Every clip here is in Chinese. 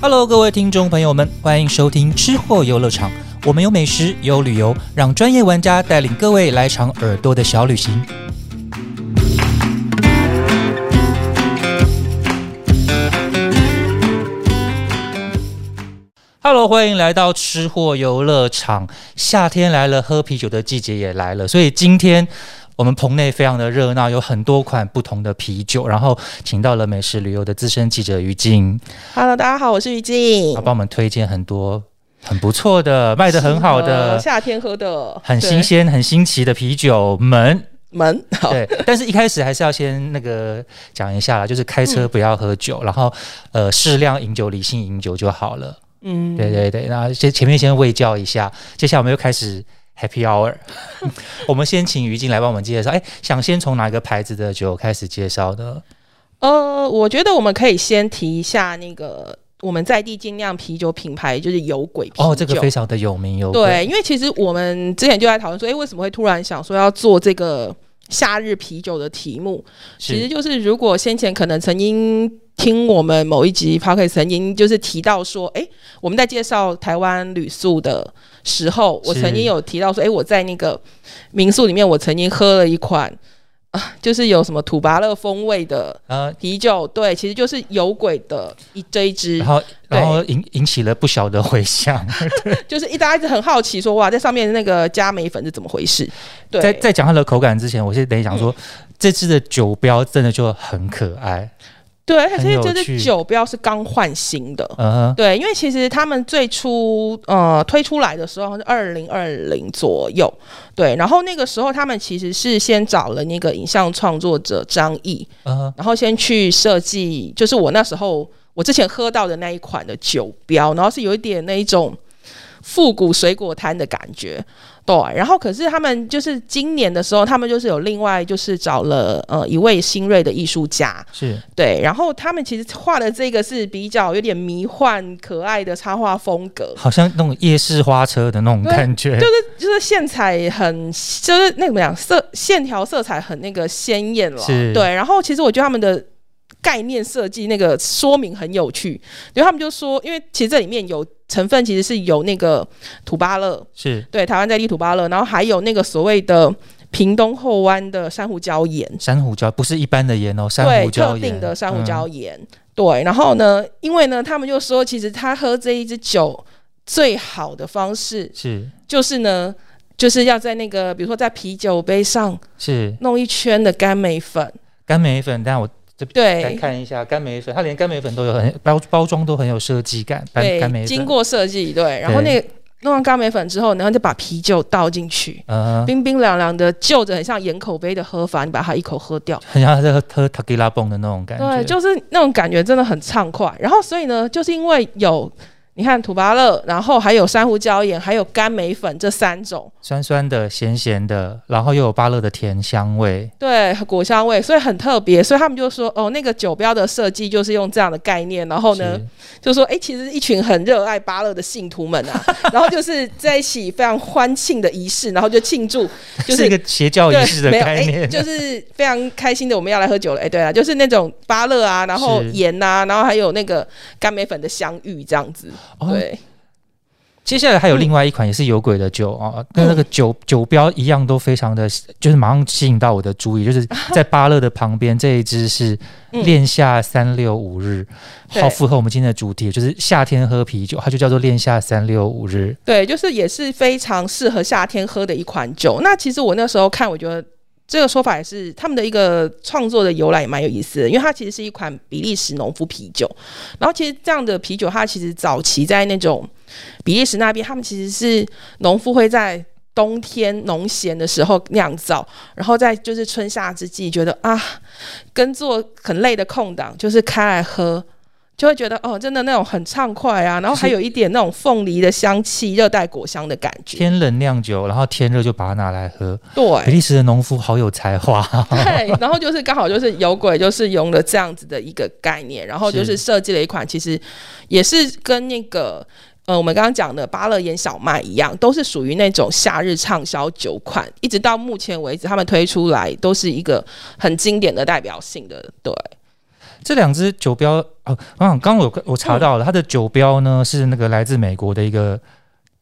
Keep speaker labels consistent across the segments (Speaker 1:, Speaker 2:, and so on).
Speaker 1: Hello，各位听众朋友们，欢迎收听吃货游乐场。我们有美食，有旅游，让专业玩家带领各位来场耳朵的小旅行。Hello，欢迎来到吃货游乐场。夏天来了，喝啤酒的季节也来了，所以今天我们棚内非常的热闹，有很多款不同的啤酒，然后请到了美食旅游的资深记者于静。
Speaker 2: Hello，大家好，我是于静
Speaker 1: 他。帮我们推荐很多很不错的、卖的很好
Speaker 2: 呃
Speaker 1: 的、
Speaker 2: 夏天喝的，
Speaker 1: 很
Speaker 2: 对
Speaker 1: 新鲜、很新奇的啤酒们。
Speaker 2: 门好，
Speaker 1: 对，但是一开始还是要先那个讲一下啦，就是开
Speaker 2: 嗯
Speaker 1: 车不要喝酒，然后呃适量饮酒、理性饮酒就好了。
Speaker 2: 嗯，
Speaker 1: 对对对，那先前面先喂教一下，接下来我们又开始 Happy Hour。我们先请于静来帮我们介绍，哎，想先从哪个牌子的酒开始介绍呢？
Speaker 2: 呃，我觉得我们可以先提一下那个我们在地精酿啤酒品牌，就是有鬼啤酒。
Speaker 1: 哦，这个非常的有名有贵
Speaker 2: 对，因为其实我们之前就在讨论说，诶，为什么会突然想说要做这个夏日啤酒的题目？其实
Speaker 1: 是
Speaker 2: 就是如果先前可能曾经听我们某一集 p o c k e t 曾经就是提到说，诶，我们在介绍台湾旅宿的时候，我
Speaker 1: 是
Speaker 2: 曾经有提到说，诶，我在那个民宿里面，我曾经喝了一款啊， 就是有什么土巴勒风味的
Speaker 1: 呃，
Speaker 2: 啤酒，对，其实就是有鬼的一这 一支
Speaker 1: 然，后
Speaker 2: 对
Speaker 1: 然后引引起了不小的回响。
Speaker 2: 就是一大家一直很好奇说，哇，在上面那个加梅粉是怎么回事？对，嗯
Speaker 1: 在在讲它的口感之前，我先等一下想说，这支的酒标真的就很可爱。
Speaker 2: 对，而
Speaker 1: 很
Speaker 2: 且
Speaker 1: 有
Speaker 2: 这
Speaker 1: 趣
Speaker 2: 支酒标是刚换新的。
Speaker 1: 嗯哼，
Speaker 2: 对，因为其实他们最初呃推出来的时候是二零二零左右，对，然后那个时候他们其实是先找了那个影像创作者张毅，
Speaker 1: 嗯哼，
Speaker 2: 然后先去设计，就是我那时候我之前喝到的那一款的酒标，然后是有一点那一种复古水果摊的感觉，对。然后可是他们就是今年的时候，他们就是有另外就是找了呃一位新锐的艺术家，
Speaker 1: 是
Speaker 2: 对。然后他们其实画的这个是比较有点迷幻可爱的插画风格，
Speaker 1: 好像那种夜市花车的那种
Speaker 2: 对
Speaker 1: 感觉，
Speaker 2: 就是线彩很，就是那怎么讲，色线条色彩很那个鲜艳了
Speaker 1: 是。
Speaker 2: 对，然后其实我觉得他们的概念设计那个说明很有趣，因为他们就说，因为其实这里面有成分其实是有那个土巴勒，
Speaker 1: 是
Speaker 2: 对，台湾在地土巴勒，然后还有那个所谓的屏东后湾的珊瑚礁盐，
Speaker 1: 珊瑚礁，不是一般的盐哦，珊
Speaker 2: 对，
Speaker 1: 瑚礁盐
Speaker 2: 特
Speaker 1: 嗯
Speaker 2: 定的珊瑚礁盐。对，然后呢，因为呢，他们就说，其实他喝这一支酒最好的方式
Speaker 1: 是
Speaker 2: 就是呢，就是要在那个，比如说在啤酒杯上
Speaker 1: 是
Speaker 2: 弄一圈的甘梅粉，
Speaker 1: 干梅粉，但我来
Speaker 2: 对
Speaker 1: 看一下干梅粉，它连干梅粉都有很包包装都很有设计感，干干梅粉，
Speaker 2: 对，经过设计，对，然后那个弄完甘梅粉之后，然后就把啤酒倒进去，
Speaker 1: 嗯哼，
Speaker 2: 冰冰凉凉的，就着很像盐口杯的喝法，你把它一口喝掉，
Speaker 1: 很像在喝喝塔吉拉蹦的那种感觉，
Speaker 2: 对，就是那种感觉真的很畅快。然后所以呢，就是因为有。你看土巴乐，然后还有珊瑚礁盐，还有甘梅粉这三种，
Speaker 1: 酸酸的、咸咸的，然后又有芭乐的甜香味，
Speaker 2: 对果香味，所以很特别。所以他们就说，哦，那个酒标的设计就是用这样的概念。然后呢
Speaker 1: 是，
Speaker 2: 就说，诶，其实一群很热爱芭乐的信徒们啊，然后就是在一起非常欢庆的仪式，然后就庆祝，就 是
Speaker 1: 一个邪教仪式的
Speaker 2: 对没有哎
Speaker 1: 概
Speaker 2: 诶
Speaker 1: 念，
Speaker 2: 就是非常开心的，我们要来喝酒了。诶，对啊，就是那种芭乐啊，然后
Speaker 1: 是
Speaker 2: 盐啊，然后还有那个甘梅粉的相遇这样子，
Speaker 1: 哦
Speaker 2: 对，
Speaker 1: 接下来还有另外一款也是有鬼的酒
Speaker 2: 嗯
Speaker 1: 啊，跟那个酒酒标一样，都非常的，就是马上吸引到我的注意，就是在巴乐的旁边这一支是
Speaker 2: 嗯
Speaker 1: 恋夏三六五日，
Speaker 2: 对
Speaker 1: 好符合我们今天的主题，就是夏天喝啤酒，它就叫做恋夏三六五日。
Speaker 2: 对，就是也是非常适合夏天喝的一款酒。那其实我那时候看，我觉得这个说法也是他们的一个创作的由来也蛮有意思的，因为它其实是一款比利时农夫啤酒。然后其实这样的啤酒，它其实早期在那种比利时那边，他们其实是农夫会在。冬天农闲的时候酿造，然后在就是春夏之际，觉得啊，耕作很累的空档，就是开来喝，就会觉得哦，真的那种很畅快啊，然后还有一点那种凤梨的香气、热带果香的感觉。
Speaker 1: 天冷酿酒，然后天热就把它拿来喝。比
Speaker 2: 对，
Speaker 1: 利时的农夫好有才华，啊
Speaker 2: 对，然后就是刚好就是有鬼，就是用了这样子的一个概念，然后就是设计了一款，其实也是跟那个。呃，我们刚刚讲的芭乐盐小麦一样，都是属于那种夏日畅销酒款，一直到目前为止，他们推出来都是一个很经典的代表性的。对，
Speaker 1: 这两支酒标哦，刚刚刚我有我查到了，它的酒标呢是那个来自美国的一个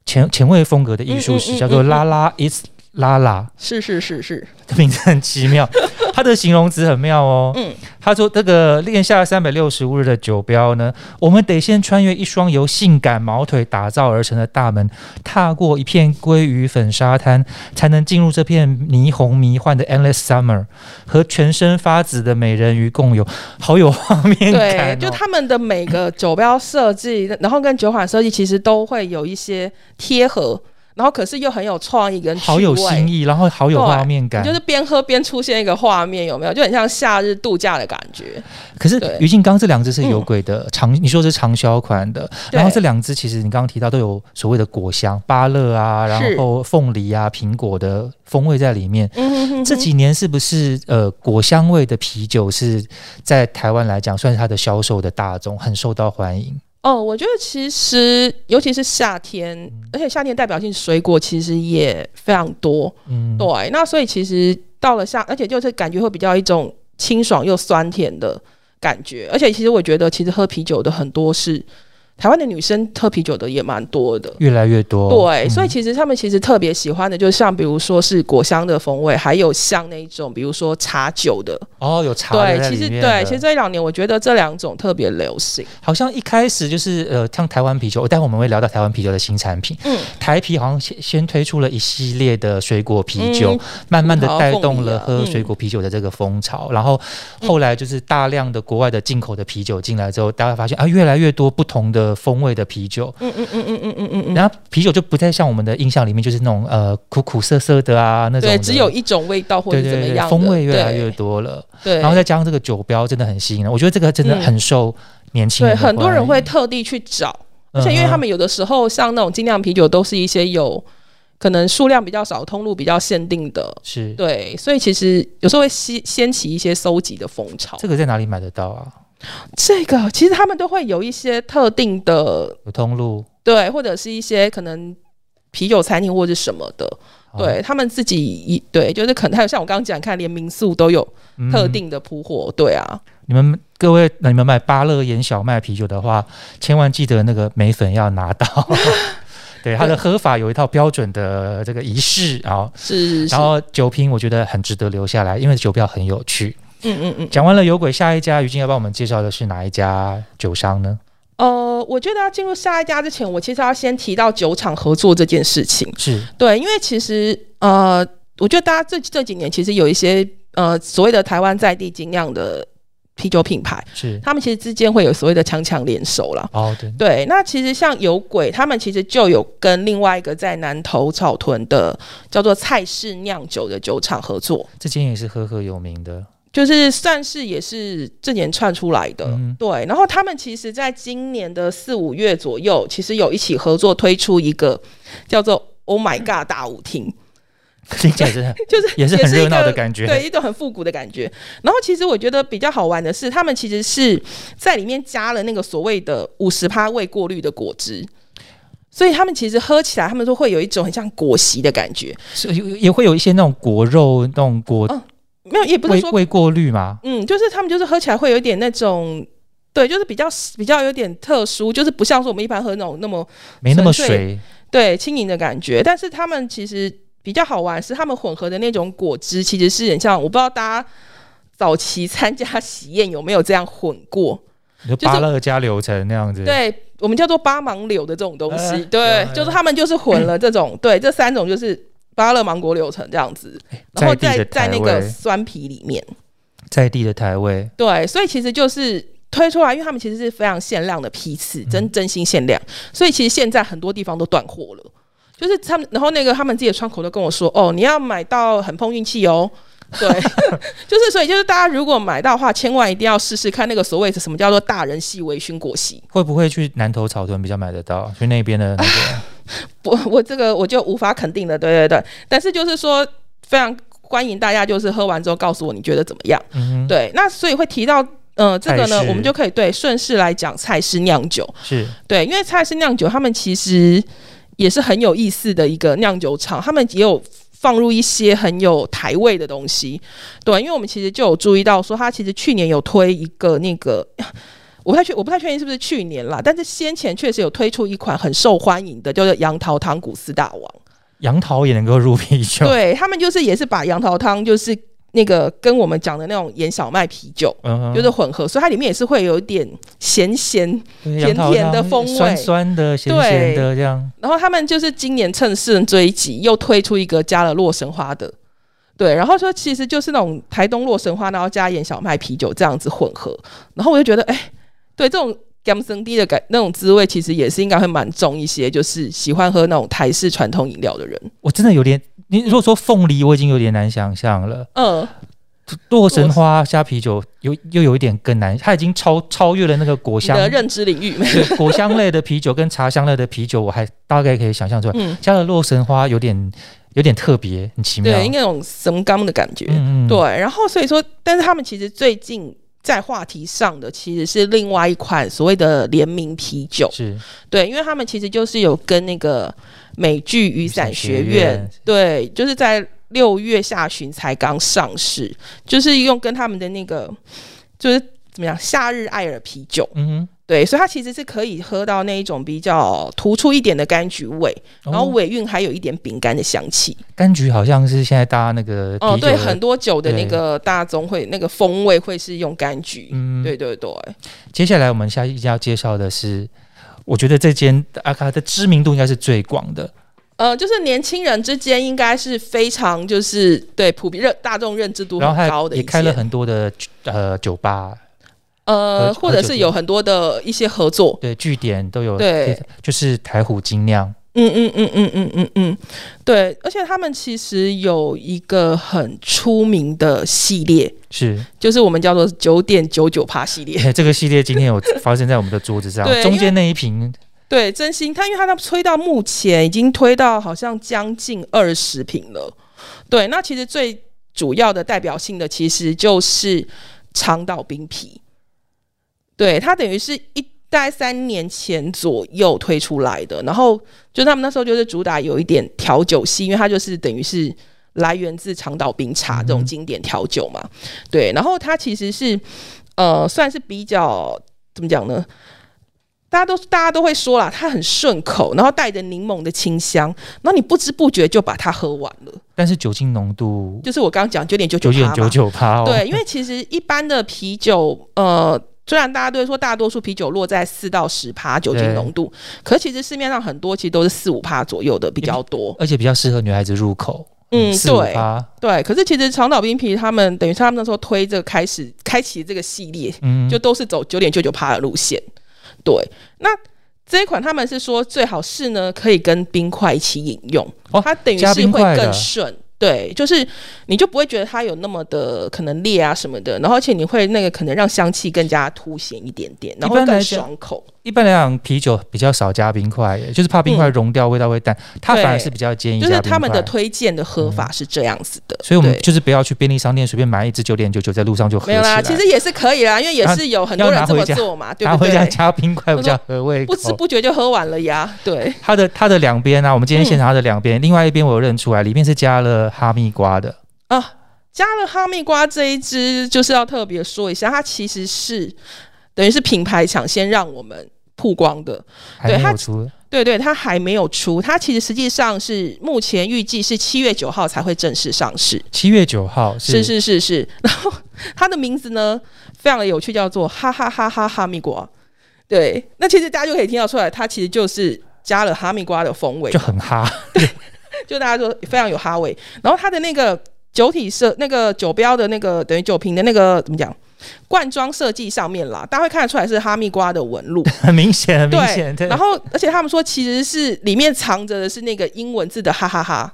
Speaker 1: 前前卫风格的艺术
Speaker 2: 嗯嗯嗯
Speaker 1: 史，叫做
Speaker 2: 嗯嗯
Speaker 1: 拉拉 is 拉拉，
Speaker 2: 是是是是，
Speaker 1: 这名字很奇 妙，它的形容词很妙哦。
Speaker 2: 嗯
Speaker 1: 他说：“这个练下三百六十五日的酒标呢，我们得先穿越一双由性感毛腿打造而成的大门，踏过一片鲑鱼粉沙滩，才能进入这片霓虹迷幻的 endless summer，和全身发紫的美人鱼共游。好有画面感、
Speaker 2: 对
Speaker 1: 哦，，
Speaker 2: 就他们的每个酒标设计，然后跟酒款设计其实都会有一些贴合，然后可是又很有创意跟趣味
Speaker 1: 好有新意，然后好有画面感
Speaker 2: 你。就是边喝边出现一个画面，有没有？就很像夏日度假的感觉。
Speaker 1: 可是
Speaker 2: 对嗯
Speaker 1: 于静刚这两只是有轨的、长，你说是长销款的，
Speaker 2: 对
Speaker 1: 然后这两只其实你刚刚提到都有所谓的果香、芭乐啊，然
Speaker 2: 是
Speaker 1: 后凤梨啊、苹果的风味在里面。
Speaker 2: 嗯哼哼
Speaker 1: 这几年是不是呃果香味的啤酒是在台湾来讲算是它的销售的大众，很受到欢迎？
Speaker 2: 哦，我觉得其实尤其是夏天，而且夏天代表性水果其实也非常多。
Speaker 1: 嗯，
Speaker 2: 对，那所以其实到了夏，而且就是感觉会比较一种清爽又酸甜的感觉。而且其实我觉得，其实喝啤酒的很多是台湾的女生喝啤酒的也蛮多的。
Speaker 1: 越来越多。
Speaker 2: 对，
Speaker 1: 嗯
Speaker 2: 所以其实他们其实特别喜欢的，就像比如说是果香的风味，还有像那一种比如说茶酒的，
Speaker 1: 哦有茶的
Speaker 2: 对，
Speaker 1: 在
Speaker 2: 其
Speaker 1: 里
Speaker 2: 实
Speaker 1: 面
Speaker 2: 对，
Speaker 1: 了
Speaker 2: 其实这一两年我觉得这两种特别流行，
Speaker 1: 好像一开始就是呃，像台湾啤酒，待会我们会聊到台湾啤酒的新产品。
Speaker 2: 嗯，
Speaker 1: 台啤好像先先推出了一系列的水果啤
Speaker 2: 嗯
Speaker 1: 酒，慢慢的带动了喝水果啤酒的这个风潮。然后后来就是大量的国外的进口的啤酒进来之后，大家发现啊，越来越多不同的风味的啤酒。
Speaker 2: 嗯嗯嗯嗯嗯嗯嗯嗯，
Speaker 1: 然后啤酒就不再像我们的印象里面就是那种呃苦苦涩涩的啊那种
Speaker 2: 对，
Speaker 1: 的，
Speaker 2: 只有一种味道或
Speaker 1: 对
Speaker 2: 者怎么
Speaker 1: 对
Speaker 2: 样
Speaker 1: 对，
Speaker 2: 的
Speaker 1: 风味越来越多了。
Speaker 2: 对，
Speaker 1: 然后再加上这个酒标真的很吸引人，我觉得这个真的很受年轻
Speaker 2: 对
Speaker 1: 人的
Speaker 2: 很多人
Speaker 1: 欢
Speaker 2: 会
Speaker 1: 迎，
Speaker 2: 特地去找，而且因为
Speaker 1: 嗯
Speaker 2: 他
Speaker 1: 哼
Speaker 2: 们有的时候像那种精酿啤酒都是一些有可能数量比较少、通路比较限定的，
Speaker 1: 嗯是
Speaker 2: 对，所以其实有时候会掀掀起一些搜集的风潮。
Speaker 1: 这个在哪里买得到啊？
Speaker 2: 这个其实他们都会有一些特定的，
Speaker 1: 有通路。
Speaker 2: 对，或者是一些可能。啤酒餐厅或者什么的，
Speaker 1: 哦
Speaker 2: 对、他们自己一对，就是可能还有像我刚刚讲，看连民宿都有
Speaker 1: 嗯
Speaker 2: 特定的铺货，对啊，
Speaker 1: 你们各位，那你们买芭乐盐小麦啤酒的话，千万记得那个眉粉要拿到。 对它的喝法有一套标准的这个仪式啊、
Speaker 2: 是，是
Speaker 1: 然后酒瓶我觉得很值得留下来，因为酒标很有趣。
Speaker 2: 嗯嗯嗯，
Speaker 1: 讲完了有鬼，下一家于静要帮我们介绍的是哪一家酒商呢？
Speaker 2: 呃，我觉得要进入下一家之前，我其实要先提到酒厂合作这件事情。
Speaker 1: 是
Speaker 2: 对，因为其实呃，我觉得大家这这几年其实有一些呃所谓的台湾在地精酿的啤酒品牌，
Speaker 1: 是
Speaker 2: 他们其实之间会有所谓的强强联手啦。
Speaker 1: 哦，对，
Speaker 2: 对，那其实像有鬼，他们其实就有跟另外一个在南投草屯的叫做蔡氏酿酒的酒厂合作，
Speaker 1: 这间也是赫赫有名 的。
Speaker 2: 就是算是也是这年串出来的，
Speaker 1: 嗯
Speaker 2: 对。然后他们其实在今年的四五月左右，其实有一起合作推出一个叫做 “Oh My God” 大舞厅，
Speaker 1: 听起来真的
Speaker 2: 就是
Speaker 1: 也是很
Speaker 2: 一个
Speaker 1: 热闹的感觉
Speaker 2: 对，一种很复古的感觉。然后其实我觉得比较好玩的是，他们其实是在里面加了那个所谓的五十趴未过滤的果汁。所以他们其实喝起来，他们都会有一种很像果昔的感觉，
Speaker 1: 是也也会有一些那种果肉、那种果
Speaker 2: 哦没有，也不是
Speaker 1: 未
Speaker 2: 说
Speaker 1: 未过滤嘛。
Speaker 2: 嗯，就是他们就是喝起来会有一点那种，对，就是比较比较有点特殊，就是不像是我们一般喝那种那么
Speaker 1: 没那么
Speaker 2: 纯粹
Speaker 1: 水，
Speaker 2: 对轻盈的感觉。但是他们其实比较好玩，是他们混合的那种果汁，其实是很像我不知道大家早期参加喜宴有没有这样混过，
Speaker 1: 你说
Speaker 2: 就是
Speaker 1: 芭乐加柳橙那样子，，
Speaker 2: 对我们叫做八芒柳的这种东西，
Speaker 1: 呃有
Speaker 2: 对
Speaker 1: 有，
Speaker 2: 就是他们就是混了 这种，对，这三种就是。芭乐、芒果、柳橙这样子，然后
Speaker 1: 在地的
Speaker 2: 在在那
Speaker 1: 台
Speaker 2: 个
Speaker 1: 味
Speaker 2: 酸皮里面，
Speaker 1: 在地的台味，
Speaker 2: 对，所以其实就是推出来，因为他们其实是非常限量的批次，真
Speaker 1: 嗯
Speaker 2: 真心限量，所以其实现在很多地方都断货了。就是他们，然后那个他们自己的窗口都跟我说，哦，你要买到很碰运气哦。 对，就是所以就是大家如果买到的话，千万一定要试试看那个所谓的什么叫做大人细微醺果昔。
Speaker 1: 会不会去南头草屯比较买得到？去那边的那
Speaker 2: 啊
Speaker 1: 个
Speaker 2: 我 我这个我就无法肯定了，对对对。但是就是说，非常欢迎大家就是喝完之后告诉我你觉得怎么样。
Speaker 1: 嗯哼，
Speaker 2: 对，那所以会提到呃这个呢
Speaker 1: 菜，式
Speaker 2: 我们就可以对顺势来讲菜式酿酒。
Speaker 1: 是
Speaker 2: 对，因为蔡氏酿酒他们其实也是很有意思的一个酿酒厂，他们也有放入一些很有台味的东西。对，因为我们其实就有注意到说，它其实去年有推一个那个。我不太确，我不太确定是不是去年啦，但是先前确实有推出一款很受欢迎的，就是杨桃汤古斯大王。
Speaker 1: 杨桃也能够入啤酒，
Speaker 2: 对他们就是也是把杨桃汤就是那个跟我们讲的那种盐小麦啤酒，
Speaker 1: 嗯哼
Speaker 2: 就是混合，所以它里面也是会有一点咸咸
Speaker 1: 对
Speaker 2: 甜
Speaker 1: 杨桃
Speaker 2: 甜的
Speaker 1: 汤
Speaker 2: 风味
Speaker 1: 酸酸的、咸
Speaker 2: 对
Speaker 1: 咸的这样。
Speaker 2: 然后他们就是今年趁势追击，又推出一个加了洛神花的，对，然后说其实就是那种台东洛神花，然后加盐小麦啤酒这样子混合，然后我就觉得，哎，对这种 g a m s o n d 的感那种滋味，其实也是应该会蛮重一些，就是喜欢喝那种台式传统饮料的人，
Speaker 1: 我真的有点，你如果说凤梨，我已经有点难想象了。
Speaker 2: 嗯，
Speaker 1: 洛神花加啤酒有又有一点更难，它已经超超越了那个果
Speaker 2: 你
Speaker 1: 香
Speaker 2: 的认知 领域，
Speaker 1: 对果香类的啤酒跟茶香类的啤酒，我还大概可以想象出来。
Speaker 2: 嗯，
Speaker 1: 加了洛神花有点有点特别，很奇妙。
Speaker 2: 对，应该那种神冈的感觉，
Speaker 1: 嗯嗯，
Speaker 2: 对，然后所以说，但是他们其实最近。在话题上的其实是另外一款所谓的联名啤酒，
Speaker 1: 是
Speaker 2: 对，因为他们其实就是有跟那个美剧《雨伞
Speaker 1: 雨伞学
Speaker 2: 学院》
Speaker 1: 院
Speaker 2: 对，就是在六月下旬才刚上市，就是用跟他们的那个就是怎么样夏日艾尔啤酒，
Speaker 1: 嗯
Speaker 2: 对，所以它其实是可以喝到那一种比较突出一点的柑橘味，
Speaker 1: 哼，
Speaker 2: 然后
Speaker 1: 哦
Speaker 2: 尾韵还有一点饼干的香气。
Speaker 1: 柑橘好像是现在搭那个啤
Speaker 2: 哦、
Speaker 1: 酒
Speaker 2: 对，
Speaker 1: 的
Speaker 2: 很多酒的那
Speaker 1: 对
Speaker 2: 个大宗会那个风味会是用柑橘。
Speaker 1: 嗯
Speaker 2: 对对对，
Speaker 1: 接下来我们下一家要介绍的是，我觉得这间阿卡的知名度应该是最广的，
Speaker 2: 呃，就是年轻人之间应该是非常就是对普遍认大众认知度
Speaker 1: 然后
Speaker 2: 很
Speaker 1: 它
Speaker 2: 高的一
Speaker 1: 也
Speaker 2: 些，
Speaker 1: 开了很多的呃酒吧，
Speaker 2: 呃，
Speaker 1: 合
Speaker 2: 或者是有很多的一些合作，
Speaker 1: 对据点都有，
Speaker 2: 对，
Speaker 1: 就是台虎精酿，
Speaker 2: 嗯嗯嗯嗯嗯嗯嗯，对，而且他们其实有一个很出名的系列，
Speaker 1: 是，
Speaker 2: 就是我们叫做九点九九趴系列。
Speaker 1: 这个系列今天有发生在我们的桌子上
Speaker 2: 对，
Speaker 1: 中间那一瓶
Speaker 2: 对，真心，它因为它到推到目前已经推到好像将近二十瓶了。对，那其实最主要的代表性的其实就是长岛冰啤，对，它等于是一大概三年前左右推出来的，然后就他们那时候就是主打有一点调酒系，因为它就是等于是来源自长岛冰茶这种经典调酒嘛，对，然后它其实是呃算是比较怎么讲呢？大家都大家都会说啦，它很顺口，然后带着柠檬的清香，然后你不知不觉就把它喝完了。
Speaker 1: 但是酒精浓度
Speaker 2: 就是我刚刚讲九点九九
Speaker 1: 九点九九趴哦，
Speaker 2: 对，因为其实一般的啤酒，呃，虽然大家都会说大多数啤酒落在四到十趴酒精
Speaker 1: 对
Speaker 2: 浓度，可其实市面上很多其实都是四五趴左右的比较多。
Speaker 1: 而且比较适合女孩子入口，
Speaker 2: 嗯，
Speaker 1: 四五
Speaker 2: 对
Speaker 1: 趴，
Speaker 2: 对。可是其实长岛冰啤他们等于是他们那时候推这个开始开启这个系列，
Speaker 1: 嗯，
Speaker 2: 就都是走九点九九趴的路线。对，那这一款他们是说最好是呢可以跟冰块一起饮用，
Speaker 1: 哦
Speaker 2: 它等于
Speaker 1: 加
Speaker 2: 是
Speaker 1: 冰
Speaker 2: 会
Speaker 1: 块的
Speaker 2: 更顺。对，就是你就不会觉得它有那么的可能裂啊什么的，然后而且你会那个可能让香气更加凸显一点点，然后
Speaker 1: 一般来
Speaker 2: 更
Speaker 1: 讲
Speaker 2: 爽口。
Speaker 1: 一般来讲啤酒比较少加冰块耶，就是怕冰块融掉味道会淡，它
Speaker 2: 嗯对
Speaker 1: 反而是比较建议
Speaker 2: 就
Speaker 1: 加冰
Speaker 2: 是
Speaker 1: 块。嗯
Speaker 2: 他们的推荐的喝法是这样子的，
Speaker 1: 所以我们
Speaker 2: 对
Speaker 1: 就是不要去便利商店随便买一支九点九九，在路上就喝
Speaker 2: 没有啦，
Speaker 1: 起
Speaker 2: 其
Speaker 1: 来啊
Speaker 2: 实也是可以啦，因为也是有很多
Speaker 1: 要
Speaker 2: 人
Speaker 1: 拿
Speaker 2: 这
Speaker 1: 回
Speaker 2: 么
Speaker 1: 家
Speaker 2: 做嘛，对
Speaker 1: 拿
Speaker 2: 不
Speaker 1: 回家
Speaker 2: 对？
Speaker 1: 加冰块比较合胃
Speaker 2: 不知
Speaker 1: 口。
Speaker 2: 不觉就喝完了呀，对，
Speaker 1: 它的它的两边啊，我们
Speaker 2: 嗯
Speaker 1: 今天现场它的两边，另外一边我有认出来，里面是加了哈密瓜的，
Speaker 2: 啊，加了哈密瓜这一支，就是要特别说一下，它其实是等于是品牌抢先让我们曝光的。
Speaker 1: 还没
Speaker 2: 它
Speaker 1: 有出。
Speaker 2: 对对，它还没有出，它其实实际上是目前预计是七月九号才会正式上市。
Speaker 1: 七月九号
Speaker 2: 是是是是，然后它的名字呢非常的有趣，叫做哈哈哈哈哈密瓜。对，那其实大家就可以听到出来，它其实就是加了哈密瓜的风味
Speaker 1: 就，很哈，
Speaker 2: 就大家说非常有哈味。然后它的那个酒体设、那个酒标的那个等于酒瓶的那个怎么讲？罐装设计上面啦，大家会看得出来是哈密瓜的纹路，
Speaker 1: 很明显很明显。
Speaker 2: 对。然后，而且他们说其实是里面藏着的是那个英文字的哈哈哈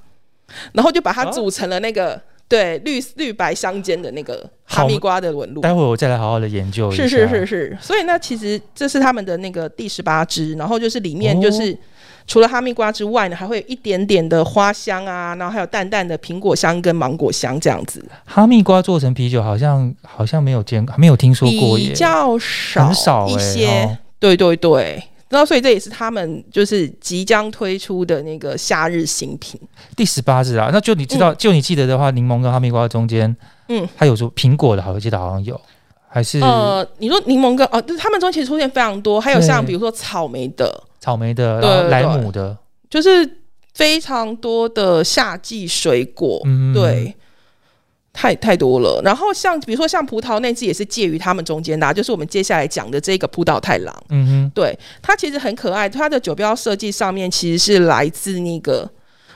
Speaker 2: 然后就把它
Speaker 1: 哦
Speaker 2: 组成了那个、对绿绿白相间的那个哈密瓜的纹路。
Speaker 1: 待会我再来好好的研究一下。
Speaker 2: 是是是是，所以那其实这是他们的那个第十八支，然后就是里
Speaker 1: 哦
Speaker 2: 面就是、除了哈密瓜之外呢，还会有一点点的花香啊，然后还有淡淡的苹果香跟芒果香这样子，
Speaker 1: 哈密瓜做成啤酒，好像好像没有见，没有听说过
Speaker 2: 比
Speaker 1: 耶，
Speaker 2: 较少
Speaker 1: 很少
Speaker 2: 一
Speaker 1: 欸
Speaker 2: 些，
Speaker 1: 哦
Speaker 2: 对对对。然后所以这也是他们就是即将推出的那个夏日新品。
Speaker 1: 第十八日啊，那就你知道，就你记得的话，柠檬跟哈密瓜中间，
Speaker 2: 嗯，
Speaker 1: 它有说苹果的，好像记得好像有，还是
Speaker 2: 呃，你说柠檬跟哦，就是他们中其实出现非常多，还有像
Speaker 1: 对
Speaker 2: 比如说草莓的，
Speaker 1: 草莓的，
Speaker 2: 对
Speaker 1: 然后
Speaker 2: 对
Speaker 1: 莱
Speaker 2: 对
Speaker 1: 姆的，
Speaker 2: 就是非常多的夏季水果，
Speaker 1: 嗯，
Speaker 2: 对，太太多了。然后像比如说像葡萄那只也是介于他们中间的啊、就是我们接下来讲的这个葡萄太郎，
Speaker 1: 嗯
Speaker 2: 对它其实很可爱，它的酒标设计上面其实是来自那个。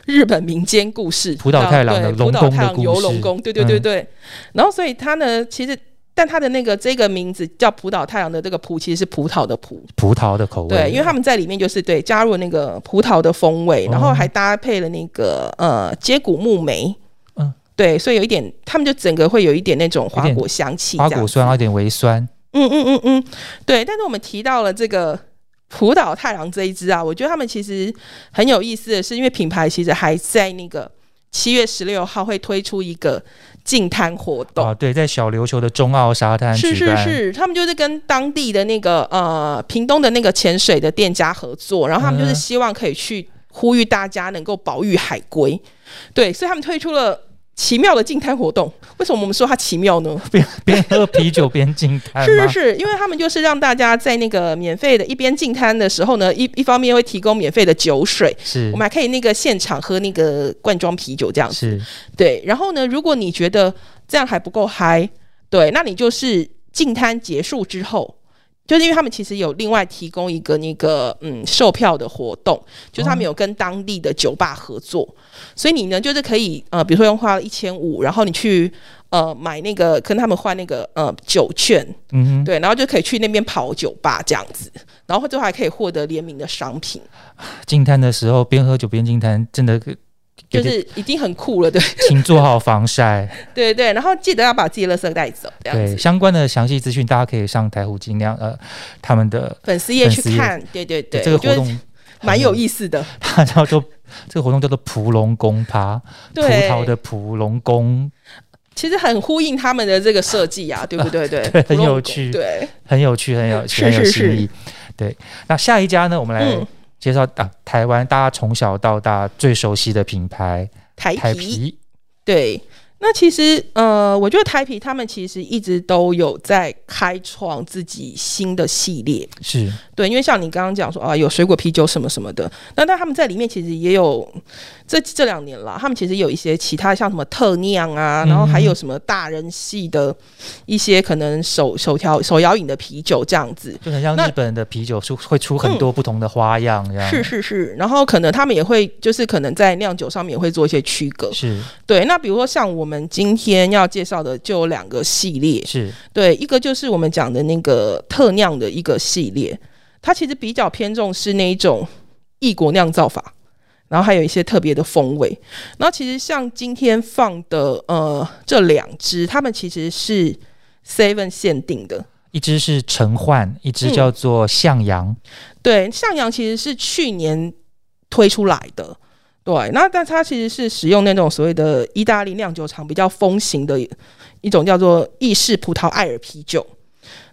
Speaker 2: 日本民间故事，
Speaker 1: 葡萄太郎的
Speaker 2: 对葡
Speaker 1: 龙
Speaker 2: 萄
Speaker 1: 宫
Speaker 2: 太
Speaker 1: 的
Speaker 2: 郎
Speaker 1: 故
Speaker 2: 游
Speaker 1: 事
Speaker 2: 龙宫，对对对
Speaker 1: 嗯
Speaker 2: 对。然后，所以它呢，其实但它的那个这个名字叫葡萄太郎的这个葡，其实是葡萄的葡，
Speaker 1: 哼，葡萄的口味，
Speaker 2: 对，因为他们在里面就是对加入了那个葡萄的风味，
Speaker 1: 哦
Speaker 2: 然后还搭配了那个呃接骨木莓，
Speaker 1: 嗯，
Speaker 2: 对，所以有一点，他们就整个会有一点那种花
Speaker 1: 有
Speaker 2: 果香气，
Speaker 1: 花果酸，然后有，啊点微酸，
Speaker 2: 嗯嗯嗯嗯，对。但是我们提到了这个浦岛太郎这一支啊，我觉得他们其实很有意思的是，因为品牌其实还在那个七月十六号会推出一个净摊活动。
Speaker 1: 啊，对，在小琉球的中澳沙滩
Speaker 2: 是
Speaker 1: 举
Speaker 2: 是
Speaker 1: 办，
Speaker 2: 是，他们就是跟当地的那个呃屏东的那个潜水的店家合作，然后他们就是
Speaker 1: 嗯
Speaker 2: 希望可以去呼吁大家能够保育海龟，对，所以他们推出了奇妙的净滩活动。为什么我们说它奇妙呢？
Speaker 1: 边 边喝啤酒边惊叹，
Speaker 2: 是是是，因为他们就是让大家在那个免费的一边净滩的时候呢，一一方面会提供免费的酒水，
Speaker 1: 是
Speaker 2: 我们还可以那个现场喝那个罐装啤酒这样子。
Speaker 1: 是
Speaker 2: 对，然后呢，如果你觉得这样还不够嗨，对，那你就是进摊结束之后。就是因为他们其实有另外提供一个那个嗯售票的活动，就是他们有跟当地的酒吧合作，所以你呢就是可以呃，比如说用花了一千五，然后你去呃买那个跟他们换那个呃酒券，
Speaker 1: 嗯哼。
Speaker 2: 对，然后就可以去那边跑酒吧这样子，然后最后还可以获得联名的商品，
Speaker 1: 惊叹的时候边喝酒边惊叹，真的有
Speaker 2: 就
Speaker 1: 点，
Speaker 2: 是已经很酷了，对
Speaker 1: 请做好防 晒。
Speaker 2: 对对，然后记得要把自己的垃圾带走，这样子
Speaker 1: 对，。相关的详细资讯，大家可以上台虎精酿呃他们的
Speaker 2: 粉丝页去
Speaker 1: 粉丝页
Speaker 2: 看，对对对，
Speaker 1: 这个
Speaker 2: 我觉
Speaker 1: 活
Speaker 2: 得
Speaker 1: 动，
Speaker 2: 蛮有意思的。
Speaker 1: 它叫做这个活动叫做蒲龙宫趴，葡
Speaker 2: 对，
Speaker 1: 萄的蒲龙宫
Speaker 2: 其实很呼应他们的这个设计啊，对 不对？对，
Speaker 1: 对很
Speaker 2: 不
Speaker 1: 有
Speaker 2: 用
Speaker 1: 趣
Speaker 2: 对，
Speaker 1: 很有趣，很有趣，
Speaker 2: 是
Speaker 1: 很有
Speaker 2: 是
Speaker 1: 新意。对，那下一家呢，我们来
Speaker 2: 嗯，
Speaker 1: 介绍啊台湾大家从小到大最熟悉的品牌
Speaker 2: 台
Speaker 1: 台
Speaker 2: 皮，
Speaker 1: 啤，
Speaker 2: 对。那其实，呃，我觉得台皮他们其实一直都有在开创自己新的系列，
Speaker 1: 是
Speaker 2: 对，因为像你刚刚讲说啊，有水果啤酒什么什么的，那但他们在里面其实也有这这两年啦，他们其实有一些其他像什么特酿啊，
Speaker 1: 嗯
Speaker 2: 然后还有什么大人系的一些可能手手调手摇饮的啤酒这样子，
Speaker 1: 就很像
Speaker 2: 那
Speaker 1: 日本的啤酒出会出很多不同的花样，这样
Speaker 2: 是是是，然后可能他们也会，就是可能在酿酒上面也会做一些区隔。
Speaker 1: 是
Speaker 2: 对，那比如说像我们今天要介绍的就有两个系列，
Speaker 1: 是
Speaker 2: 对，一个就是我们讲的那个特酿的一个系列，它其实比较偏重是那一种异国酿造法，然后还有一些特别的风味。然后其实像今天放的呃这两支，它们其实是 Seven 限定的，
Speaker 1: 一只是陈焕，一只
Speaker 2: 嗯
Speaker 1: 叫做向阳。
Speaker 2: 对，向阳其实是去年推出来的。对，那但它其实是使用那种所谓的意大利酿酒厂比较风行的一种叫做意式葡萄艾尔啤酒，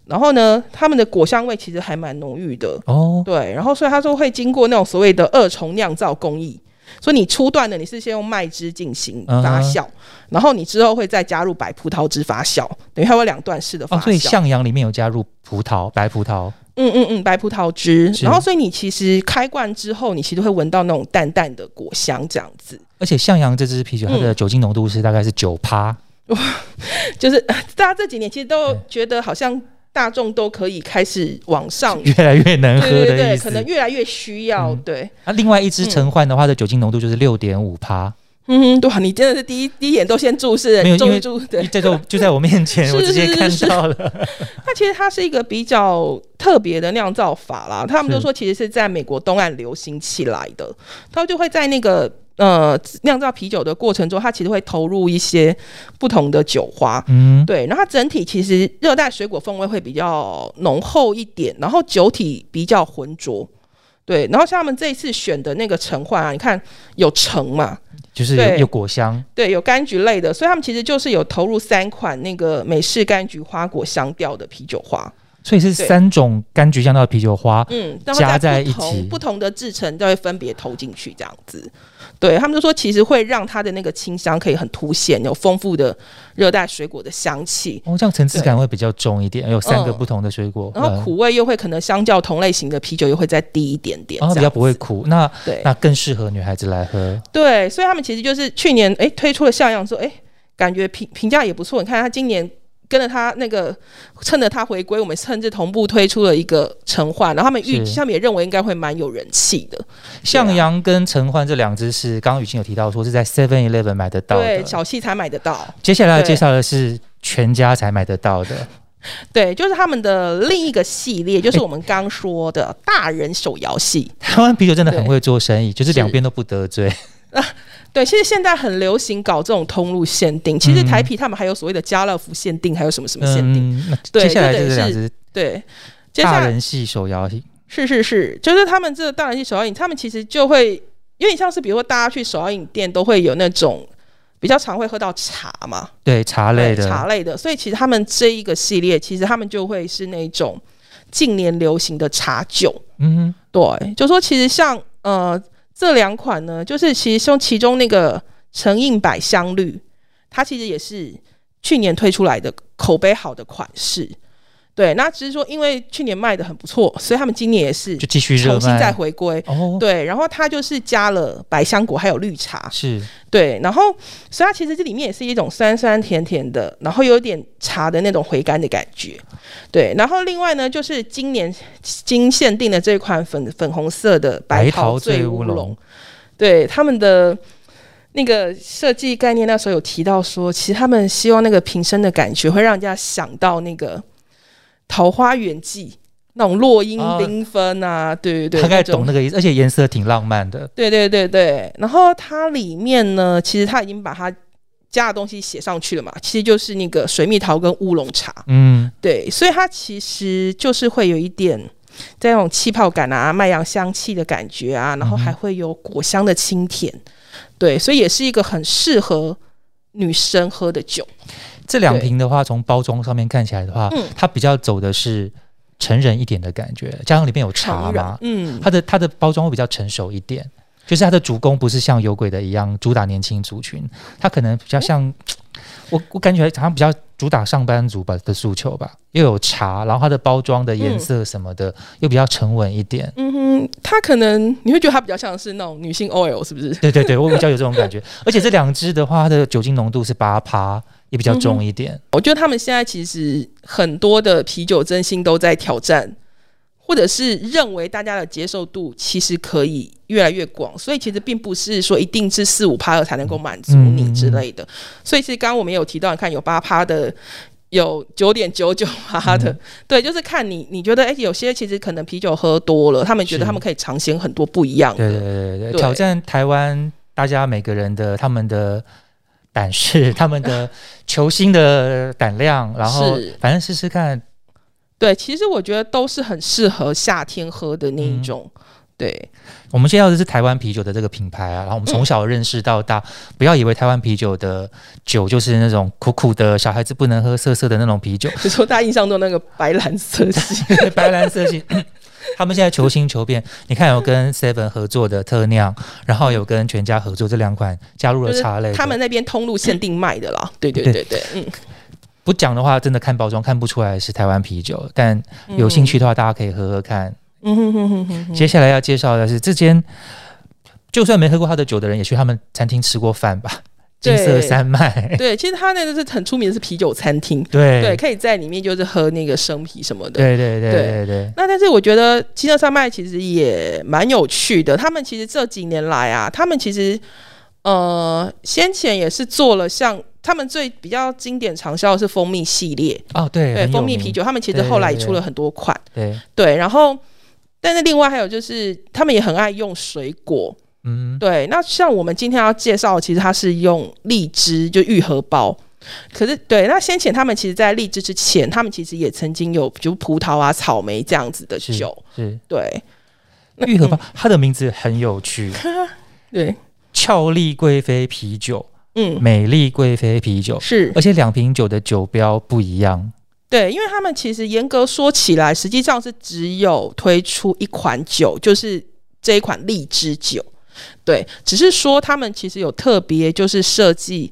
Speaker 2: 然后呢，他们的果香味其实还蛮浓郁的，
Speaker 1: 哦，
Speaker 2: 对，然后所以他说会经过那种所谓的二重酿造工艺，所以你初段呢，你是先用麦汁进行发
Speaker 1: 嗯哼
Speaker 2: 酵，然后你之后会再加入白葡萄汁发酵，等于它会有两段式的发
Speaker 1: 哦，
Speaker 2: 酵。
Speaker 1: 所以向阳里面有加入葡萄，白葡萄，
Speaker 2: 嗯嗯嗯，白葡萄汁。
Speaker 1: 是
Speaker 2: 然后，所以你其实开罐之后，你其实会闻到那种淡淡的果香，这样子，
Speaker 1: 而且向阳这支啤酒它
Speaker 2: 嗯
Speaker 1: 的酒精浓度是大概是九趴，
Speaker 2: 就是呃大家这几年其实都
Speaker 1: 对
Speaker 2: 觉得好像大众都可以开始往上，
Speaker 1: 越来越能喝
Speaker 2: 对对
Speaker 1: 的意
Speaker 2: 对，
Speaker 1: 思
Speaker 2: 可。能越来越需要，
Speaker 1: 嗯
Speaker 2: 对。
Speaker 1: 那、另外一支陈焕的话，它的酒精浓度就是六点五 趴，
Speaker 2: 嗯，对啊，你真的是第一第一眼都先注视
Speaker 1: 没有，因
Speaker 2: 注
Speaker 1: 为
Speaker 2: 意注对。
Speaker 1: 这就就在我面前，
Speaker 2: 是
Speaker 1: 我直接看到 了。
Speaker 2: 那其实它是一个比较特别的酿造法啦，他们就是说其实是在美国东岸流行起来的，他们就会在那个呃酿造啤酒的过程中，它其实会投入一些不同的酒花。
Speaker 1: 嗯，
Speaker 2: 对，然后它整体其实热带水果风味会比较浓厚一点，然后酒体比较浑浊。对，然后像他们这一次选的那个橙换啊，你看有橙嘛，
Speaker 1: 就是有
Speaker 2: 对
Speaker 1: 有果香，
Speaker 2: 对，有柑橘类的，所以他们其实就是有投入三款那个美式柑橘花果香调的啤酒花。
Speaker 1: 所以是三种柑橘酱到的啤酒花。
Speaker 2: 嗯，然后
Speaker 1: 加在
Speaker 2: 在
Speaker 1: 一
Speaker 2: 不
Speaker 1: 起
Speaker 2: 同不同的制成都会分别投进去，这样子。对他们就说，其实会让它的那个清香可以很凸显，有丰富的热带水果的香气，
Speaker 1: 哦，这样层次感会比较重一点，有三个不同的水果，
Speaker 2: 嗯然后
Speaker 1: 呃
Speaker 2: 苦味又会可能相较同类型的啤酒又会再低一点点，
Speaker 1: 然后
Speaker 2: 这
Speaker 1: 哦比
Speaker 2: 样
Speaker 1: 较不会苦，那
Speaker 2: 对
Speaker 1: 那更适合女孩子来喝。
Speaker 2: 对，啊所以他们其实就是去年哎推出了像样，说哎感觉评评价也不错，你看他今年。跟着他那个，趁着他回归，我们甚至同步推出了一个陈焕，然后他们预，
Speaker 1: 是
Speaker 2: 他们也认为应该会蛮有人气的。
Speaker 1: 向阳跟陈焕这两只是刚刚雨欣有提到说是在 Seven Eleven 买得到的
Speaker 2: 对，，小气才买得到。
Speaker 1: 接下来要
Speaker 2: 对
Speaker 1: 介绍的是全家才买得到的。
Speaker 2: 对，就是他们的另一个系列，就是我们刚说的大人手摇系。
Speaker 1: 台湾啤酒真的很会做生意，就是两边都不得罪。
Speaker 2: 对，其实现在很流行搞这种通路限定，其实
Speaker 1: 嗯
Speaker 2: 台啤他们还有所谓的家乐福限定，还有什么什么限定。
Speaker 1: 嗯，那
Speaker 2: 对
Speaker 1: 接下来
Speaker 2: 就
Speaker 1: 就
Speaker 2: 等于
Speaker 1: 是
Speaker 2: 是
Speaker 1: 两只
Speaker 2: 对，接下
Speaker 1: 大
Speaker 2: 来
Speaker 1: 人系手摇系，
Speaker 2: 是是是，就是他们这个大人系手摇饮，他们其实就会有点像是，比如说大家去手摇饮店都会有那种。比较常会喝到茶嘛，
Speaker 1: 对茶类
Speaker 2: 对茶
Speaker 1: 的，
Speaker 2: 类的，所以其实他们这一个系列，其实他们就会是那种近年流行的茶酒。
Speaker 1: 嗯
Speaker 2: 对，就说其实像呃这两款呢，就是其实用其中那个成印百香绿，它其实也是去年推出来的口碑好的款式。对，那只是说因为去年卖的很不错，所以他们今年也是
Speaker 1: 哼，就继续热
Speaker 2: 重新再
Speaker 1: 卖。
Speaker 2: 回归。
Speaker 1: 哦，
Speaker 2: 对，然后它就是加了百香果还有绿茶，
Speaker 1: 是
Speaker 2: 对，然后所以它其实这里面也是一种酸酸甜甜的，然后有点茶的那种回甘的感觉。对，然后另外呢，就是今年新限定的这款粉粉红色的
Speaker 1: 白
Speaker 2: 桃
Speaker 1: 桃醉
Speaker 2: 醉
Speaker 1: 乌
Speaker 2: 乌
Speaker 1: 龙
Speaker 2: 龙，，对他们的那个设计概念，那时候有提到说，其实他们希望那个瓶身的感觉会让人家想到那个《桃花源记》那种落英
Speaker 1: 哦
Speaker 2: 缤纷啊，对对对，
Speaker 1: 大概
Speaker 2: 那种
Speaker 1: 懂那个意思，而且颜色挺浪漫的。
Speaker 2: 对对对对，然后它里面呢，其实它已经把它加的东西写上去了嘛，其实就是那个水蜜桃跟乌龙茶，
Speaker 1: 嗯，
Speaker 2: 对，所以它其实就是会有一点在那种气泡感啊、麦芽香气的感觉啊，然后还会有果香的清甜，对，所以也是一个很适合女生喝的酒，
Speaker 1: 这两瓶的话，从包装上面看起来的话
Speaker 2: 嗯，
Speaker 1: 它比较走的是成人一点的感觉，加上里面有茶
Speaker 2: 常人
Speaker 1: 嘛，
Speaker 2: 嗯，
Speaker 1: 它的它的包装会比较成熟一点，就是它的主攻不是像有鬼的一样主打年轻族群，它可能比较像、我我感觉好像比较主打上班族吧的诉求吧，又有茶，然后它的包装的颜色什么的、又比较沉稳一点。
Speaker 2: 嗯哼，它可能你会觉得它比较像是那种女性 OL，是不是？
Speaker 1: 对对对，我比较有这种感觉，而且这两支的话，它的酒精浓度是八趴，也比较重一点。
Speaker 2: 我觉得他们现在其实很多的啤酒真心都在挑战，或者是认为大家的接受度其实可以越来越广，所以其实并不是说一定是四五趴的才能够满足你之类
Speaker 1: 嗯
Speaker 2: 的。所以其实刚刚我们有提到，你看有八趴的。有九点九九趴的，
Speaker 1: 嗯
Speaker 2: 对，就是看你，你觉得哎、有些其实可能啤酒喝多了，他们觉
Speaker 1: 是
Speaker 2: 得他们可以尝鲜很多不一样的，
Speaker 1: 对对对对对，
Speaker 2: 对
Speaker 1: 挑战台湾大家每个人的他们的胆识，他们的球星的胆量，然后
Speaker 2: 是
Speaker 1: 反正试试看。
Speaker 2: 对，其实我觉得都是很适合夏天喝的那一
Speaker 1: 嗯
Speaker 2: 种，对，
Speaker 1: 我们介绍的是台湾啤酒的这个品牌啊，然后我们从小认识到大，不要以为台湾啤酒的酒就是那种苦苦的小孩子不能喝、涩涩的那种啤酒，
Speaker 2: 就说大家印象中那个白蓝色系，
Speaker 1: 白蓝色系。 他们现在求新求变，你看有跟 Seven 合作的特酿，然后有跟全家合作这两款加入了
Speaker 2: 就是
Speaker 1: 茶类的。
Speaker 2: 他们那边通路限定卖的啦。对对
Speaker 1: 对
Speaker 2: 对对，嗯，
Speaker 1: 不讲的话，真的看包装看不出来是台湾啤酒，但
Speaker 2: 嗯
Speaker 1: 有兴趣，的话，大家可以喝喝看。
Speaker 2: 嗯哼哼哼哼哼，
Speaker 1: 接下来要介绍的是这间，就算没喝过他的酒的人，也去他们餐厅吃过饭吧。金
Speaker 2: 对
Speaker 1: 色山脉，
Speaker 2: 对，其实它那个是很出名的是啤酒餐厅，
Speaker 1: 对
Speaker 2: 对，可以在里面就是喝那个生啤什么的。
Speaker 1: 对对对对对，
Speaker 2: 那但是我觉得金色山脉其实也蛮有趣的，他们其实这几年来啊，他们其实呃先前也是做了像。他们最比较经典长销的是蜂蜜系列，
Speaker 1: 哦对，
Speaker 2: 对
Speaker 1: 很有
Speaker 2: 蜂蜜
Speaker 1: 名
Speaker 2: 啤，酒，他们其实
Speaker 1: 对对
Speaker 2: 后来也
Speaker 1: 对
Speaker 2: 出了很多款。
Speaker 1: 对，
Speaker 2: 对，然后但是另外还有就是，他们也很爱用水果。
Speaker 1: 嗯，
Speaker 2: 对，那像我们今天要介绍的，其实它是用荔枝就愈合包。可是，对，那先前他们其实，在荔枝之前，他们其实也曾经有，比如葡萄啊、草莓这样子的
Speaker 1: 是
Speaker 2: 酒。
Speaker 1: 是
Speaker 2: 对，那
Speaker 1: 愈合吧，它的名字很有趣，
Speaker 2: 对，
Speaker 1: 俏丽贵妃啤酒，
Speaker 2: 嗯，
Speaker 1: 美丽贵妃啤酒，
Speaker 2: 是
Speaker 1: 而且两瓶酒的酒标不一样，
Speaker 2: 对，因为他们其实严格说起来，实际上是只有推出一款酒，就是这一款荔枝酒。对，只是说他们其实有特别就是设计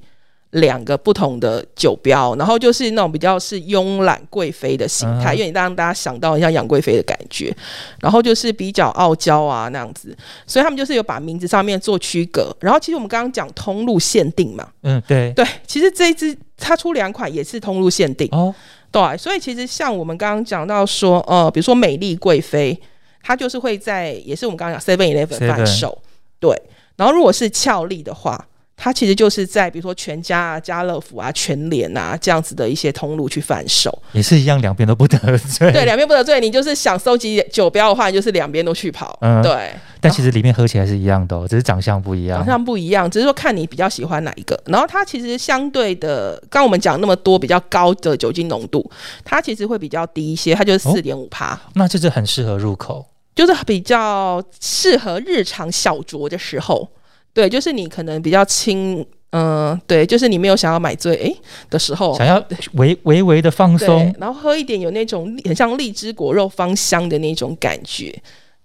Speaker 2: 两个不同的酒标，然后就是那种比较是慵懒贵妃的形态，
Speaker 1: 嗯
Speaker 2: 因为你让大家想到很像杨贵妃的感觉，然后就是比较傲娇啊那样子，所以他们就是有把名字上面做区隔。然后其实我们刚刚讲通路限定嘛，
Speaker 1: 嗯，对，
Speaker 2: 对，其实这一支它出两款也是通路限定。
Speaker 1: 哦，
Speaker 2: 对，所以其实像我们刚刚讲到说，呃，比如说美丽贵妃，它就是会在，也是我们刚刚讲 Seven Eleven
Speaker 1: Seven
Speaker 2: 贩售，对。然后如果是俏丽的话，它其实就是在比如说全家啊、家乐福啊、全联啊这样子的一些通路去贩 售。
Speaker 1: 也是一样，两边都不得罪。
Speaker 2: 对，两边不得罪，你就是想收集酒标的话，你就是两边都去跑。
Speaker 1: 嗯
Speaker 2: 对，
Speaker 1: 但其实里面喝起来是一样的、哦，只是长相不一样
Speaker 2: 长。相不一样，只是说看你比较喜欢哪一个。然后它其实相对的，刚我们讲那么多比较高的酒精浓度，它其实会比较低一些，它就是
Speaker 1: 哦
Speaker 2: 四点五趴。
Speaker 1: 那这支很适合入口。
Speaker 2: 就是比较适合日常小酌的时候，对，就是你可能比较轻，嗯、对，就是你没有想要买醉诶的时候
Speaker 1: 想，要微微微的放
Speaker 2: 哦对
Speaker 1: 松，，
Speaker 2: 然后喝一点有那种很像荔枝果肉芳香的那种感觉，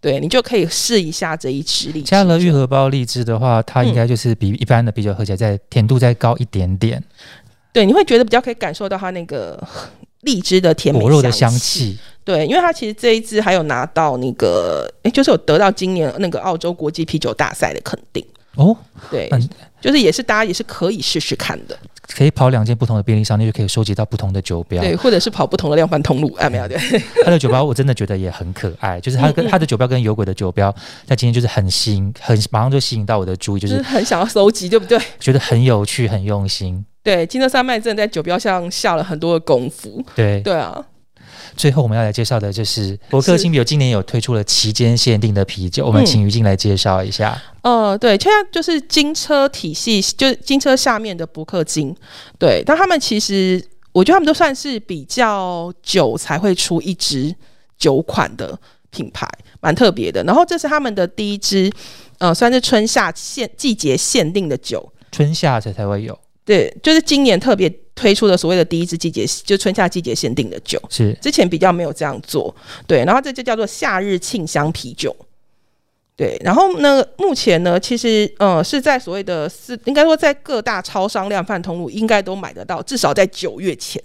Speaker 2: 对你就可以试一下这一支荔枝。
Speaker 1: 加了愈合包荔枝的话，它
Speaker 2: 嗯
Speaker 1: 应该就是比一般的啤酒喝起来再甜度再高一点点，
Speaker 2: 对，你会觉得比较可以感受到它那个荔枝的甜美
Speaker 1: 果肉的香
Speaker 2: 气。
Speaker 1: 气。
Speaker 2: 对，因为它其实这一支还有拿到那个，诶，就是有得到今年那个澳洲国际啤酒大赛的肯定。
Speaker 1: 哦，
Speaker 2: 对
Speaker 1: 嗯，
Speaker 2: 就是也是大家也是可以试试看的。
Speaker 1: 可以跑两间不同的便利商店，就可以收集到不同的酒标。
Speaker 2: 对，或者是跑不同的量贩通路啊，没有对，
Speaker 1: 它的酒标我真的觉得也很可爱， 就是它跟它的酒标跟有鬼的酒标，在今天就是很吸引，很马上就吸引到我的注意，就
Speaker 2: 就是
Speaker 1: 是
Speaker 2: 很想要收集，对不对？
Speaker 1: 觉得很有趣、很用心。
Speaker 2: 对，金色山脉真的在酒标上下了很多的功夫。
Speaker 1: 对，
Speaker 2: 对啊，
Speaker 1: 最后我们要来介绍的就是伯克
Speaker 2: 是
Speaker 1: 新啤酒今年有推出了期间限定的啤酒，我们
Speaker 2: 嗯
Speaker 1: 请于静来介绍一下。
Speaker 2: 呃，对，现在就是金车体系，就是金车下面的伯克金，对，但他们其实我觉得他们都算是比较久才会出一支酒款的品牌，蛮特别的。然后这是他们的第一支，呃，算是春夏限季节限定的酒，
Speaker 1: 春夏才才会有，
Speaker 2: 对，就是今年特别推出的所谓的第一支季节，就春夏季节限定的酒，
Speaker 1: 是
Speaker 2: 之前比较没有这样做。对，然后这就叫做夏日庆香啤酒。对，然后呢，目前呢，其实呃是在所谓的四，应该说在各大超商量贩通路应该都买得到，至少在九月前，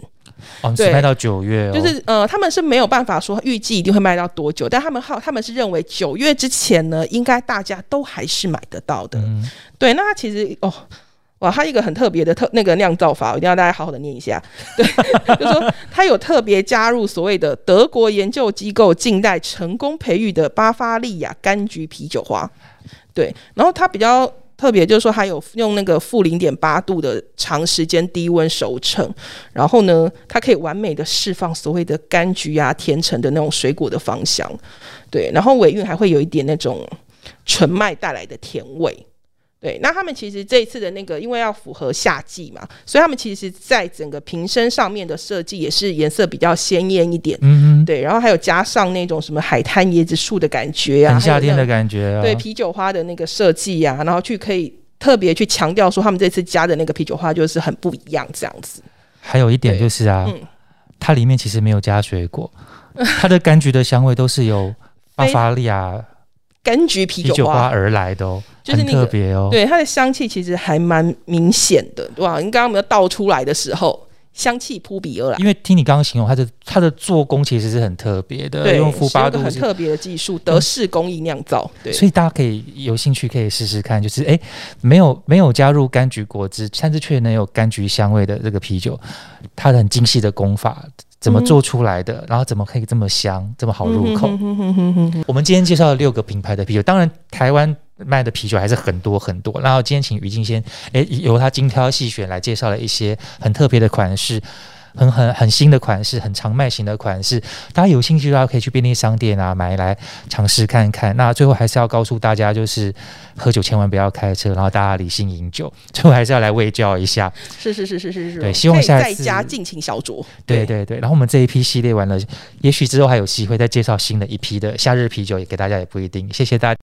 Speaker 1: 哦，
Speaker 2: 对
Speaker 1: 只卖到九月哦，
Speaker 2: 就是呃他们是没有办法说预计一定会卖到多久，但他们好他们是认为九月之前呢，应该大家都还是买得到的。
Speaker 1: 嗯，
Speaker 2: 对，那它其实哦，哇，它一个很特别的特那个酿造法，我一定要大家好好的念一下。 对，就说它有特别加入所谓的德国研究机构近代成功培育的巴伐利亚柑橘啤酒花。对，然后它比较。特别就是说，还有用那个负零点八度的长时间低温熟成，然后呢，它可以完美的释放所谓的柑橘啊、甜橙的那种水果的芳香，对，然后尾韵还会有一点那种纯麦带来的甜味，对，那他们其实这一次的那个，因为要符合夏季嘛，所以他们其实在整个瓶身上面的设计也是颜色比较鲜艳一点。
Speaker 1: 嗯
Speaker 2: 对，然后还有加上那种什么海滩椰子树的感觉
Speaker 1: 哼，
Speaker 2: 啊，
Speaker 1: 很夏天的
Speaker 2: 还有
Speaker 1: 感觉
Speaker 2: 那
Speaker 1: 啊，
Speaker 2: 种对啤酒花的那个设计啊，然后去可以特别去强调说他们这次加的那个啤酒花就是很不一样这样子。
Speaker 1: 还有一点
Speaker 2: 对
Speaker 1: 就是啊，
Speaker 2: 嗯
Speaker 1: 它里面其实没有加水果， 它的柑橘的香味都是 由巴伐利亚
Speaker 2: 柑橘啤
Speaker 1: 啤酒花
Speaker 2: 花，
Speaker 1: 而来的哦，
Speaker 2: 就是
Speaker 1: 很
Speaker 2: 那
Speaker 1: 特
Speaker 2: 个
Speaker 1: 别哦。
Speaker 2: 对它的香气其实还蛮明显的，对吧？你刚刚我们倒出来的时候，香气扑鼻而来。
Speaker 1: 因为听你刚刚形容，它的它的做工其实是很特别的，
Speaker 2: 对，
Speaker 1: 用负八
Speaker 2: 是一
Speaker 1: 度
Speaker 2: 个很
Speaker 1: 是，
Speaker 2: 特别的技术，德式工艺酿造。对，
Speaker 1: 所以大家可以有兴趣可以试试看，就是诶，没有没有加入柑橘果汁，但是却能有柑橘香味的这个啤酒，它的很精细的工法。怎么
Speaker 2: 嗯
Speaker 1: 做出来的？然后怎么可以这么香，这么好入口？
Speaker 2: 嗯哼哼哼哼哼
Speaker 1: 我们今天介绍了六个品牌的啤酒，当然台湾卖的啤酒还是很多很多。然后今天请于静先，诶，由他精挑细选来介绍了一些很特别的款式。很很很新的款式，很常卖型的款式，大家有兴趣的话可以去便利商店啊买来尝试看看。那最后还是要告诉大家，就是喝酒千万不要开车，然后大家理性饮酒。最后还是要来喂教一下，
Speaker 2: 是是是是是是，
Speaker 1: 对希望
Speaker 2: 可以
Speaker 1: 下
Speaker 2: 在
Speaker 1: 次
Speaker 2: 家尽情小酌。
Speaker 1: 对对对。然后我们这一批系列完了，也许之后还有机会再介绍新的一批的夏日啤酒，也给大家也不一定。谢谢大家。